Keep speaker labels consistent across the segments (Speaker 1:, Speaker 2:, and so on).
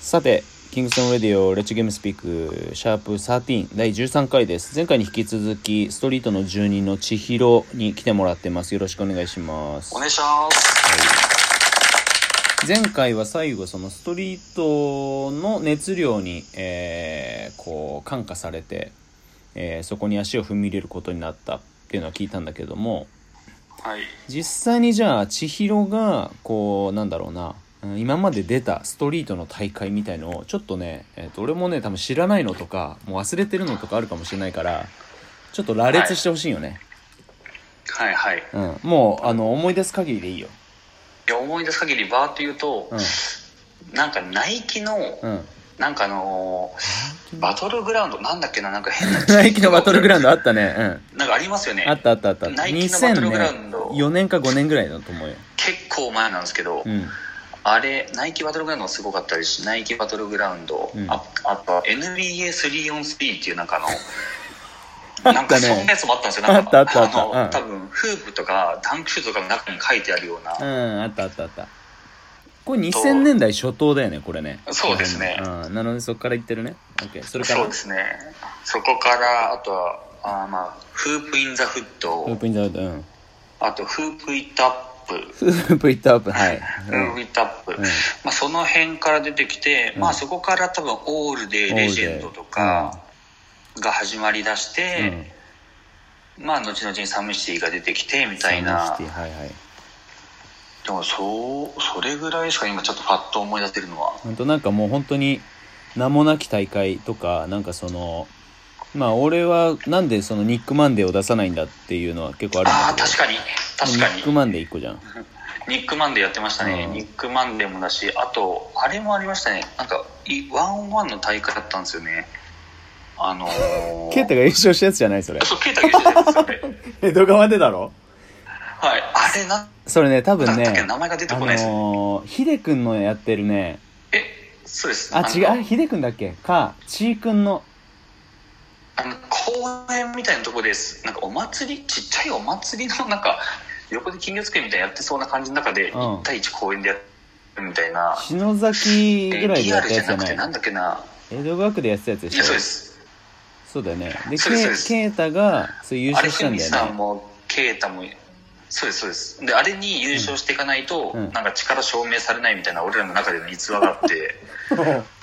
Speaker 1: さて、キングストン・レディオ、レッチ・ゲームスピーク、シャープ13、第13回です。前回に引き続き、ストリートの住人の千尋に来てもらってます。よろしくお願いします
Speaker 2: お。願いします。
Speaker 1: 前回は最後、そのストリートの熱量に、えーこう、感化されて、えーそこに足を踏み入れることになったっていうのは聞いたんだけども、
Speaker 2: はい。
Speaker 1: 実際にじゃあ千尋がこうなんだろうなうん今まで出たストリートの大会みたいのをちょっとね、えー、と俺もね多分知らないのとかもう忘れてるのとかあるかもしれないからちょっと羅列してほしいよね、
Speaker 2: はいはい。い
Speaker 1: うん、もうあの思い出す限りでいいよ
Speaker 2: や、思い出す限りバーって言うと、
Speaker 1: うん
Speaker 2: なんかナイキの、
Speaker 1: うん
Speaker 2: なんかあのーバトルグラウンド、なんだっけな、なんか変な。
Speaker 1: ナイキのバトルグラウンドあったね
Speaker 2: なんかありますよね
Speaker 1: うんあ。ったあったあった
Speaker 2: ナイキのバトルグラウンド
Speaker 1: 2004年か5年ぐらいだと思うよ
Speaker 2: 結構前なんですけど、
Speaker 1: うん
Speaker 2: あれ、ナイキバトルグラウンドすごかったですし、ナイキバトルグラウンド、
Speaker 1: うん
Speaker 2: ああと NBA3on3 っていうなんかあ
Speaker 1: あ
Speaker 2: の、
Speaker 1: ったね
Speaker 2: なんかそんなやつもあったんですよ。なんか
Speaker 1: あったあったあった
Speaker 2: の
Speaker 1: うん
Speaker 2: 多分、フープとかダンクシュートとかの中に書いてあるような。
Speaker 1: うん、あったあったあった。これ2000年代初頭だよね、これね。
Speaker 2: そうですね
Speaker 1: うん、なのでそこから行ってるね。オッケー、それから。
Speaker 2: そうですねそこからあとはあーまあフープインザフッ
Speaker 1: フー
Speaker 2: ト
Speaker 1: プインザウト、うん。
Speaker 2: あとフープイットアップ
Speaker 1: フープイットアップ、はい。
Speaker 2: フ
Speaker 1: うん
Speaker 2: ープイットアップ、
Speaker 1: ん
Speaker 2: まあ、その辺から出てきて、
Speaker 1: うん
Speaker 2: まあそこから多分オールデーレジェンドとかが始まりだし
Speaker 1: うんう
Speaker 2: て
Speaker 1: ん、
Speaker 2: まあ後々にサムシティが出てきてみたい
Speaker 1: サ
Speaker 2: な
Speaker 1: ムシティはいはい。
Speaker 2: でもそうそれぐらいしか今ちょっとパッと思い出せるのは
Speaker 1: ほんとなんかもう本当に名もなき大会とか、なんかその、まあ俺はなんでそのニックマンデーを出さないんだっていうのは結構あるん
Speaker 2: ああ
Speaker 1: だけど。
Speaker 2: 確かに確か
Speaker 1: ニッ
Speaker 2: に
Speaker 1: クマンデー1個じゃん。
Speaker 2: ニックマンデーやってましたね、
Speaker 1: うん
Speaker 2: ニックマンデーもだしあとあれもありましたねなんかいワンオンワンの大会だったんですよねあのー、
Speaker 1: ケイタが優勝したやつじゃないそれ。
Speaker 2: そうケイタが言ってたやつですよ ね
Speaker 1: 江戸川でだろ
Speaker 2: はいあれな
Speaker 1: それね、多分
Speaker 2: なんだっけ、
Speaker 1: ね。
Speaker 2: 名前が出て
Speaker 1: あ
Speaker 2: こないです、
Speaker 1: のー、ヒデくんのやってるね。
Speaker 2: えそうです
Speaker 1: あ、
Speaker 2: の
Speaker 1: 違う、あヒデくんだっけか、ちーくんの。
Speaker 2: あの公園みたいなとこですなんかお祭りちっちゃいお祭りのなんか横で金魚すくいみたいなやってそうな感じの中で、
Speaker 1: うん
Speaker 2: 1対1公園でやってるみたいな
Speaker 1: 篠崎
Speaker 2: え
Speaker 1: ぐらいでやった
Speaker 2: PR じ
Speaker 1: やつじ
Speaker 2: ゃ
Speaker 1: ゃ
Speaker 2: なくて
Speaker 1: な
Speaker 2: ないんだっけな
Speaker 1: 江戸川区でやってたやつで
Speaker 2: い
Speaker 1: しょ
Speaker 2: やそうです
Speaker 1: そうだよね。で、
Speaker 2: そうです
Speaker 1: ケ
Speaker 2: そうで
Speaker 1: イ
Speaker 2: す
Speaker 1: ケイタがそう優
Speaker 2: あれ
Speaker 1: 勝し
Speaker 2: ふ
Speaker 1: たん
Speaker 2: み
Speaker 1: だ
Speaker 2: さ
Speaker 1: よ
Speaker 2: ん
Speaker 1: ね。
Speaker 2: も啓太もそうですそうですであれに優勝していかないと、
Speaker 1: うん
Speaker 2: なんか力証明されないみたいな俺らの中での逸話があって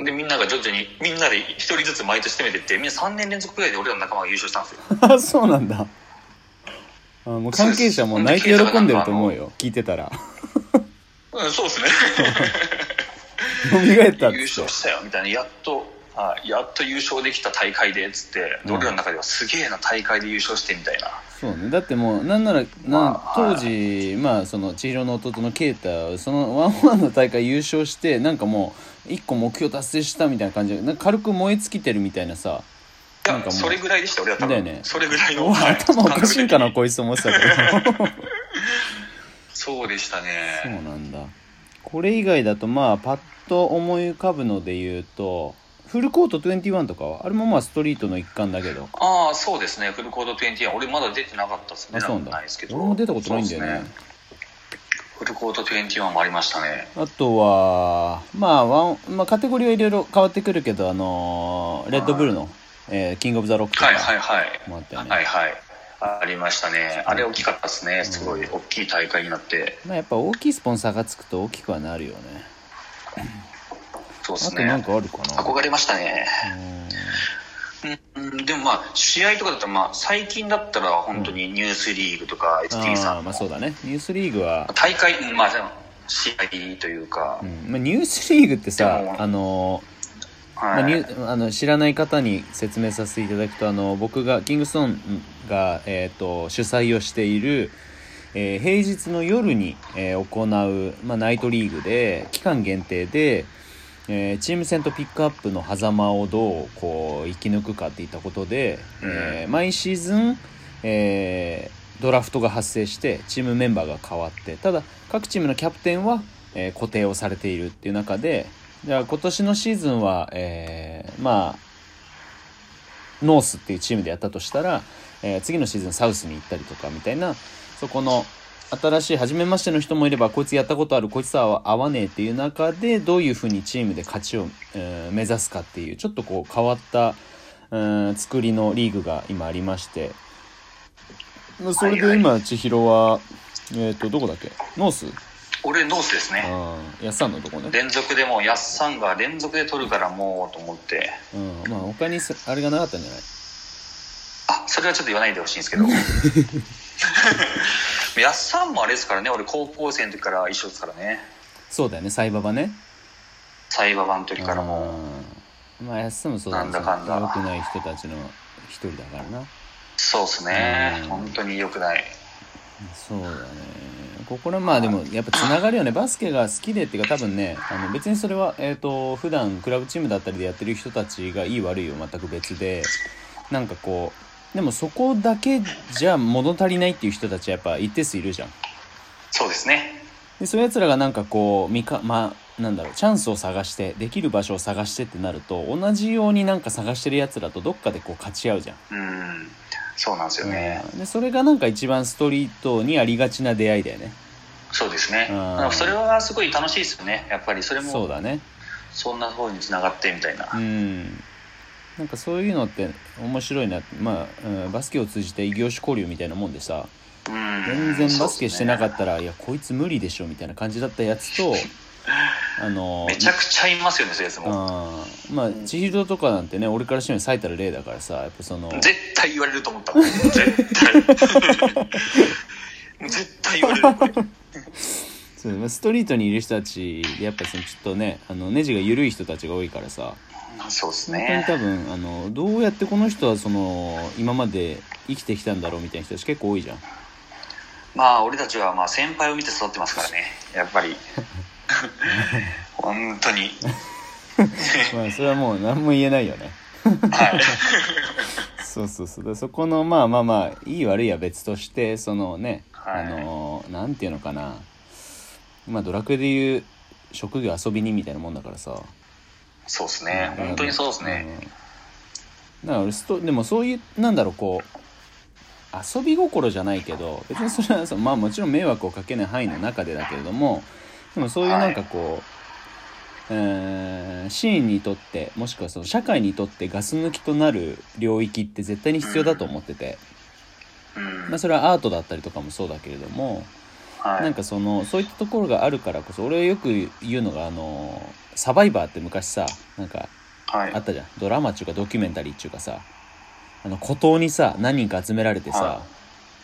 Speaker 2: でみんなが徐々にみんなで一人ずつ毎年攻めてってみんな3年連続ぐらいで俺らの仲間が優勝したんですよ
Speaker 1: あ、そうなんだ。あもう関係者も泣いて喜んでると思うよ。聞いてた ら。
Speaker 2: うんそうですね
Speaker 1: 蘇ったっつって。
Speaker 2: 優勝したよみたいなやっとはいやっと優勝できた大会でっつって、で
Speaker 1: うん
Speaker 2: 俺らの中ではすげえな大会で優勝してみたいな
Speaker 1: そうね。だってもう、なんなら、なん
Speaker 2: まあ
Speaker 1: 当時、まあ、その、千尋の弟のケイタ、その、ワンワンの大会優勝して、なんかもう、一個目標達成したみたいな感じで、なんか軽く燃え尽きてるみたいなさ。
Speaker 2: い
Speaker 1: なんか
Speaker 2: や
Speaker 1: もう
Speaker 2: それぐらいでした俺ら多
Speaker 1: だ
Speaker 2: 分
Speaker 1: よ、ね
Speaker 2: それぐらい
Speaker 1: お
Speaker 2: の
Speaker 1: 前
Speaker 2: はい
Speaker 1: 頭おかしいんかなこいつと思ってたけど
Speaker 2: そうでした
Speaker 1: そう
Speaker 2: ね
Speaker 1: なんだこれ以外だとまあパッと思い浮かぶので言うとフルコート21とかはあれもまあストリートの一環だけど
Speaker 2: ああそうですねフルコード21俺まだ出てなかったですね
Speaker 1: あそうなんだ
Speaker 2: ないですけど
Speaker 1: 俺も出たことないんだよね
Speaker 2: そうですフルコート21もありましたね
Speaker 1: あとはまあワン、まあ、カテゴリーはいろいろ変わってくるけどあのーレッドブルの、えーキングオブザロックと
Speaker 2: はいはい
Speaker 1: か
Speaker 2: はい、
Speaker 1: もあったよね、
Speaker 2: はいはいありましたねあれ大きかったですね
Speaker 1: ん
Speaker 2: すごい大きい大会になって
Speaker 1: まあ、やっぱ大きいスポンサーがつくと大きくはなるよね
Speaker 2: そうで
Speaker 1: あ
Speaker 2: す
Speaker 1: となん
Speaker 2: ね
Speaker 1: かあるかな
Speaker 2: 憧れましたね、うん、でもまあ試合とかだったらまあ最近だったら本当にニュースリーグとか
Speaker 1: う
Speaker 2: HT
Speaker 1: ん
Speaker 2: さ
Speaker 1: あー
Speaker 2: ん
Speaker 1: まあそうだねニュースリーグは
Speaker 2: 大会うんまあでも試合というか、
Speaker 1: うんまあ、ニュースリーグって
Speaker 2: で
Speaker 1: さ
Speaker 2: も
Speaker 1: あの、ま
Speaker 2: は
Speaker 1: あ、
Speaker 2: い
Speaker 1: ニューあの知らない方に説明させていただくとあの僕がキングストーンが、えー、と主催をしている、えー平日の夜に、えー行う、まあ、ナイトリーグで期間限定で、えーチーム戦とピックアップの狭間をどうこう生き抜くかっていったことで、えー毎シーズン、えードラフトが発生してチームメンバーが変わってただ各チームのキャプテンは、えー固定をされているっていう中でじゃあ今年のシーズンは、えーまあノースっていうチームでやったとしたら、えー次のシーズンサウスに行ったりとかみたいなそこの、新しい初めましての人もいればこいつやったことあるこいつとは合わねえっていう中でどういうふうにチームで勝ちを、えー目指すかっていうちょっとこう変わった、うん作りのリーグが今ありましてまあそれで今千尋はえっ、とどこだっけノース
Speaker 2: 俺ノースですね
Speaker 1: ああ安さんのとこね
Speaker 2: 連続でもうやっさんが連続で取るからもうと思って
Speaker 1: うんまあ他にさあれがなかったんじゃない
Speaker 2: あそれはちょっと言わないでほしいんです けどやっさんもあれですからね俺高校生の時から一緒ですからね
Speaker 1: そうだよねサイババね
Speaker 2: サイババの時からも
Speaker 1: うんまあ安さんもそうだ
Speaker 2: なんだかんだ
Speaker 1: 良くない人たちの一人だからな
Speaker 2: そうですね
Speaker 1: うん
Speaker 2: 本当に良くない
Speaker 1: そうだねここらまあでもやっぱつながるよねバスケが好きでっていうか多分ねあの別にそれはえっ、と普段クラブチームだったりでやってる人たちがいい悪いを全く別でなんかこうでもそこだけじゃ物足りないっていう人たちはやっぱ一定数いるじゃん
Speaker 2: そうですね
Speaker 1: でそういうやつらがなんかこうみかまあなんだろうチャンスを探してできる場所を探してってなると同じようになんか探してるやつらとどっかでこう勝ち合うじゃん
Speaker 2: うんそうなんですよね、
Speaker 1: うんでそれがなんか一番ストリートにありがちな出会いだよね
Speaker 2: そうですね、
Speaker 1: うん
Speaker 2: なんかそれはすごい楽しいですよねやっぱりそれ
Speaker 1: そう
Speaker 2: も
Speaker 1: だね
Speaker 2: そんな方につながってみたいな、
Speaker 1: うんなんかそういうのって面白いなまあ、うんバスケを通じて異業種交流みたいなもんでさ
Speaker 2: うん
Speaker 1: 全然バスケしてなか
Speaker 2: た、
Speaker 1: ったら、いやこいつ無理でしょみたいな感じだったやつとあの
Speaker 2: めちゃくちゃいますよねそういうやつも、
Speaker 1: あーまあ千尋とかなんてね俺からしても最たる例だからさやっぱその
Speaker 2: 絶対言われると思ったもん絶 対 絶対言われ るこれ
Speaker 1: そうまあストリートにいる人たちでやっぱそのちょっとねあのネジが緩い人たちが多いからさ
Speaker 2: そうです
Speaker 1: 本当に
Speaker 2: ね
Speaker 1: 多分あのどうやってこの人はその今まで生きてきたんだろうみたいな人たち結構多いじゃん
Speaker 2: まあ俺たちはまあ先輩を見て育ってますからねやっぱ り本当に
Speaker 1: まあそれはもう何も言えないよね
Speaker 2: はい
Speaker 1: そうそうそうでそこのまあまあまあいい悪いは別としてそのね、
Speaker 2: はい
Speaker 1: あのなんていうのかなまあドラクエでいう職業遊び人みたいなもんだからさ
Speaker 2: そうですね本当にそうですね、
Speaker 1: うんだから俺ストでもそういうなんだろうこう遊び心じゃないけど別にそれはそのまあもちろん迷惑をかけない範囲の中でだけれどもでもそういうなんかこう、えーシーンにとってもしくはその社会にとってガス抜きとなる領域って絶対に必要だと思ってて、
Speaker 2: うん
Speaker 1: まあ、それはアートだったりとかもそうだけれども
Speaker 2: はい
Speaker 1: なんかそのそういったところがあるからこそ俺よく言うのがあのサバイバーって昔さなんか
Speaker 2: はい
Speaker 1: あったじゃんドラマっちゅうかドキュメンタリーっちゅうかさあの孤島にさ何人か集められてさ、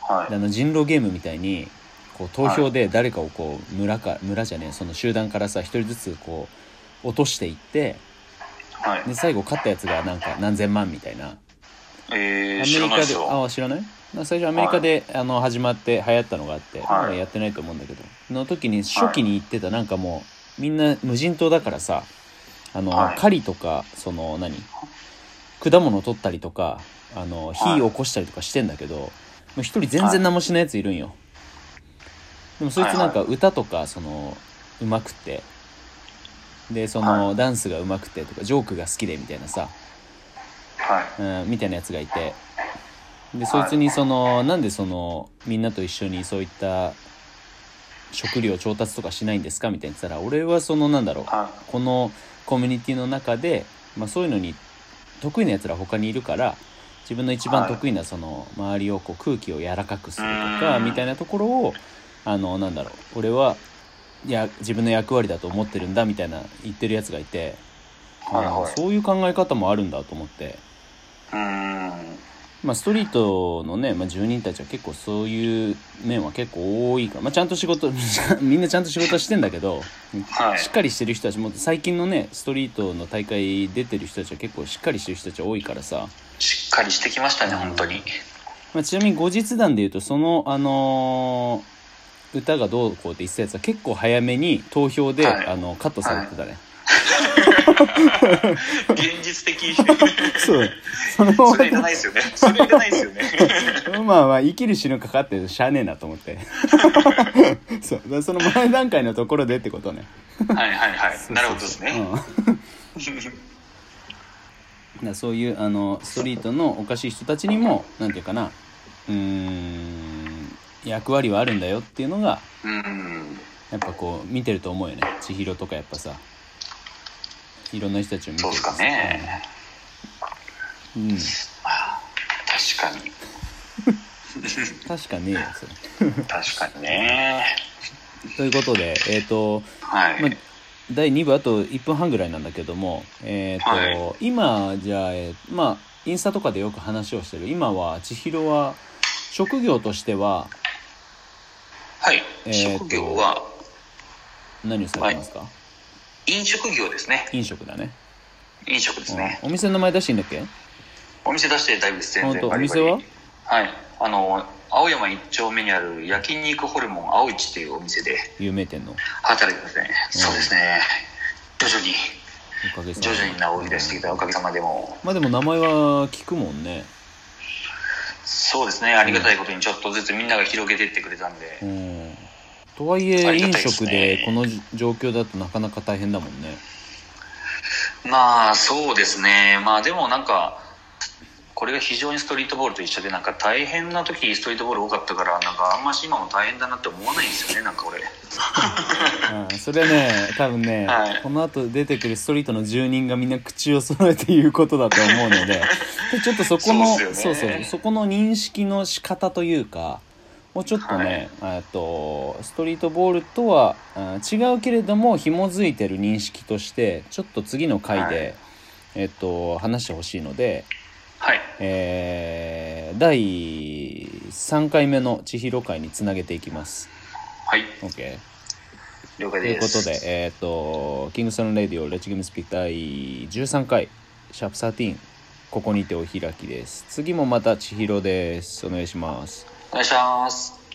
Speaker 2: ははい
Speaker 1: であの人狼ゲームみたいにこう投票で誰かをこう村か村じゃねえその集団からさ一人ずつこう落としていって
Speaker 2: はい
Speaker 1: で最後勝ったやつがなんか何千万みたいなア
Speaker 2: えー、
Speaker 1: メ
Speaker 2: 知ら
Speaker 1: リ
Speaker 2: ないで
Speaker 1: カ
Speaker 2: す
Speaker 1: で
Speaker 2: よ
Speaker 1: ああ知らないなんか最初アメリカで、あの始まって流行ったのがあって、
Speaker 2: はい
Speaker 1: まだやってないと思うんだけどの時に初期に行ってたなんかもうみんな無人島だからさあの、
Speaker 2: はい
Speaker 1: 狩りとかその何果物取ったりとかあの
Speaker 2: はい
Speaker 1: 火起こしたりとかしてんだけど、もう一人全然何もしないやついるんよ、でもそいつなんか歌とかそのうまくてでその、ダンスがうまくてとかジョークが好きでみたいなさ、
Speaker 2: はい
Speaker 1: うん、みたいなやつがいてでそいつにそのなんでそのみんなと一緒にそういった食料調達とかしないんですかみたいに言ってたら俺はそのなんだろう
Speaker 2: は
Speaker 1: このコミュニティの中で、まあ、そういうのに得意なやつら他にいるから自分の一番得意なその周りをこう空気を柔らかくするとか
Speaker 2: うん
Speaker 1: みたいなところをあのなんだろう俺はいや自分の役割だと思ってるんだみたいな言ってるやつがいて、
Speaker 2: はいはい
Speaker 1: あそういう考え方もあるんだと思って。
Speaker 2: いうーん
Speaker 1: まあ、ストリートのね、まあ、住人たちは結構そういう面は結構多いから、まあ、ちゃんと仕事 みんなちゃんと仕事はしてんだけど、
Speaker 2: はい
Speaker 1: しっかりしてる人たちも最近のねストリートの大会出てる人たちは結構しっかりしてる人たちは多いからさ、
Speaker 2: しっかりしてきましたね本当に
Speaker 1: まあ、ちなみに後日談で言うとその、あのー歌がどうこうって言ってたやつは結構早めに投票で、
Speaker 2: はい
Speaker 1: あのカットされてたね、
Speaker 2: 現実 的そ
Speaker 1: そうそのまま
Speaker 2: れいらないですよね それいらないですよね
Speaker 1: まあまあ生きる死ぬかかってるしゃあねえなと思って そうだからその前段階のところでってことね
Speaker 2: はいはいはいなるほどですね、
Speaker 1: うん、だからそういうあのストリートのおかしい人たちにもなんていうかなうーん役割はあるんだよっていうのが
Speaker 2: うん
Speaker 1: やっぱこう見てると思うよね千尋とかやっぱさいろんな人たちを見て
Speaker 2: そう
Speaker 1: る
Speaker 2: っ
Speaker 1: と
Speaker 2: す
Speaker 1: さ
Speaker 2: かね
Speaker 1: うん
Speaker 2: まあ確かに
Speaker 1: 確かねえよそれ
Speaker 2: 確かにね
Speaker 1: ということでえっ、と、
Speaker 2: はい、
Speaker 1: まあ、第2部あと1分半ぐらいなんだけどもえっ、と、
Speaker 2: は
Speaker 1: 今じゃあ、えーまあインスタとかでよく話をしてる今は千尋は職業としては
Speaker 2: はい、
Speaker 1: えーと
Speaker 2: 職業は
Speaker 1: 何をされてますか、
Speaker 2: 飲食業ですね
Speaker 1: 飲食だね
Speaker 2: 飲食ですね、
Speaker 1: うんお店の名前出していいんだっけ
Speaker 2: お店出してだいぶ全
Speaker 1: 本
Speaker 2: 然
Speaker 1: 当お
Speaker 2: バリバ
Speaker 1: 店
Speaker 2: リ
Speaker 1: は
Speaker 2: はいあの青山一丁目にある焼肉ホルモン青市というお店で
Speaker 1: 有名店の
Speaker 2: 働いてますね、そうですね徐々に
Speaker 1: おかげさま
Speaker 2: 徐々に名を売り出してきたおかげさまでも
Speaker 1: まあでも名前は聞くもんね
Speaker 2: そうですねありがたいことにちょっとずつみんなが広げてってくれたんで、
Speaker 1: うんとはい
Speaker 2: あ
Speaker 1: え
Speaker 2: りが
Speaker 1: 飲
Speaker 2: たいです
Speaker 1: 食
Speaker 2: ね
Speaker 1: でこの状況だとなかなか大変だもんね
Speaker 2: まあそうですねまあでもなんかこれが非常にストリートボールと一緒でなんか大変な時ストリートボール多かったからなんかあんまし今も大変だなって思わないんですよねなんか俺
Speaker 1: うんそれはね多分ね、
Speaker 2: はい
Speaker 1: この後出てくるストリートの住人がみんな口を揃えて言うことだと思うの ででちょっとそこの
Speaker 2: そうっす
Speaker 1: そう
Speaker 2: よね
Speaker 1: そうそこの認識の仕方というかもうちょっとね、えっとストリートボールとは、うん違うけれども紐づいてる認識としてちょっと次の回で、
Speaker 2: は
Speaker 1: えっと話してほしいので。
Speaker 2: はい
Speaker 1: えー第3回目の千尋会につなげていきます。
Speaker 2: はい
Speaker 1: OK。
Speaker 2: 了
Speaker 1: と
Speaker 2: 解
Speaker 1: い
Speaker 2: で
Speaker 1: うこ
Speaker 2: す
Speaker 1: とで、えっ、と、キングソンレディオ、レッチグムスピック第13回、シャープ13、ここにてお開きです。次もまた千尋です。お願いします。
Speaker 2: お願いします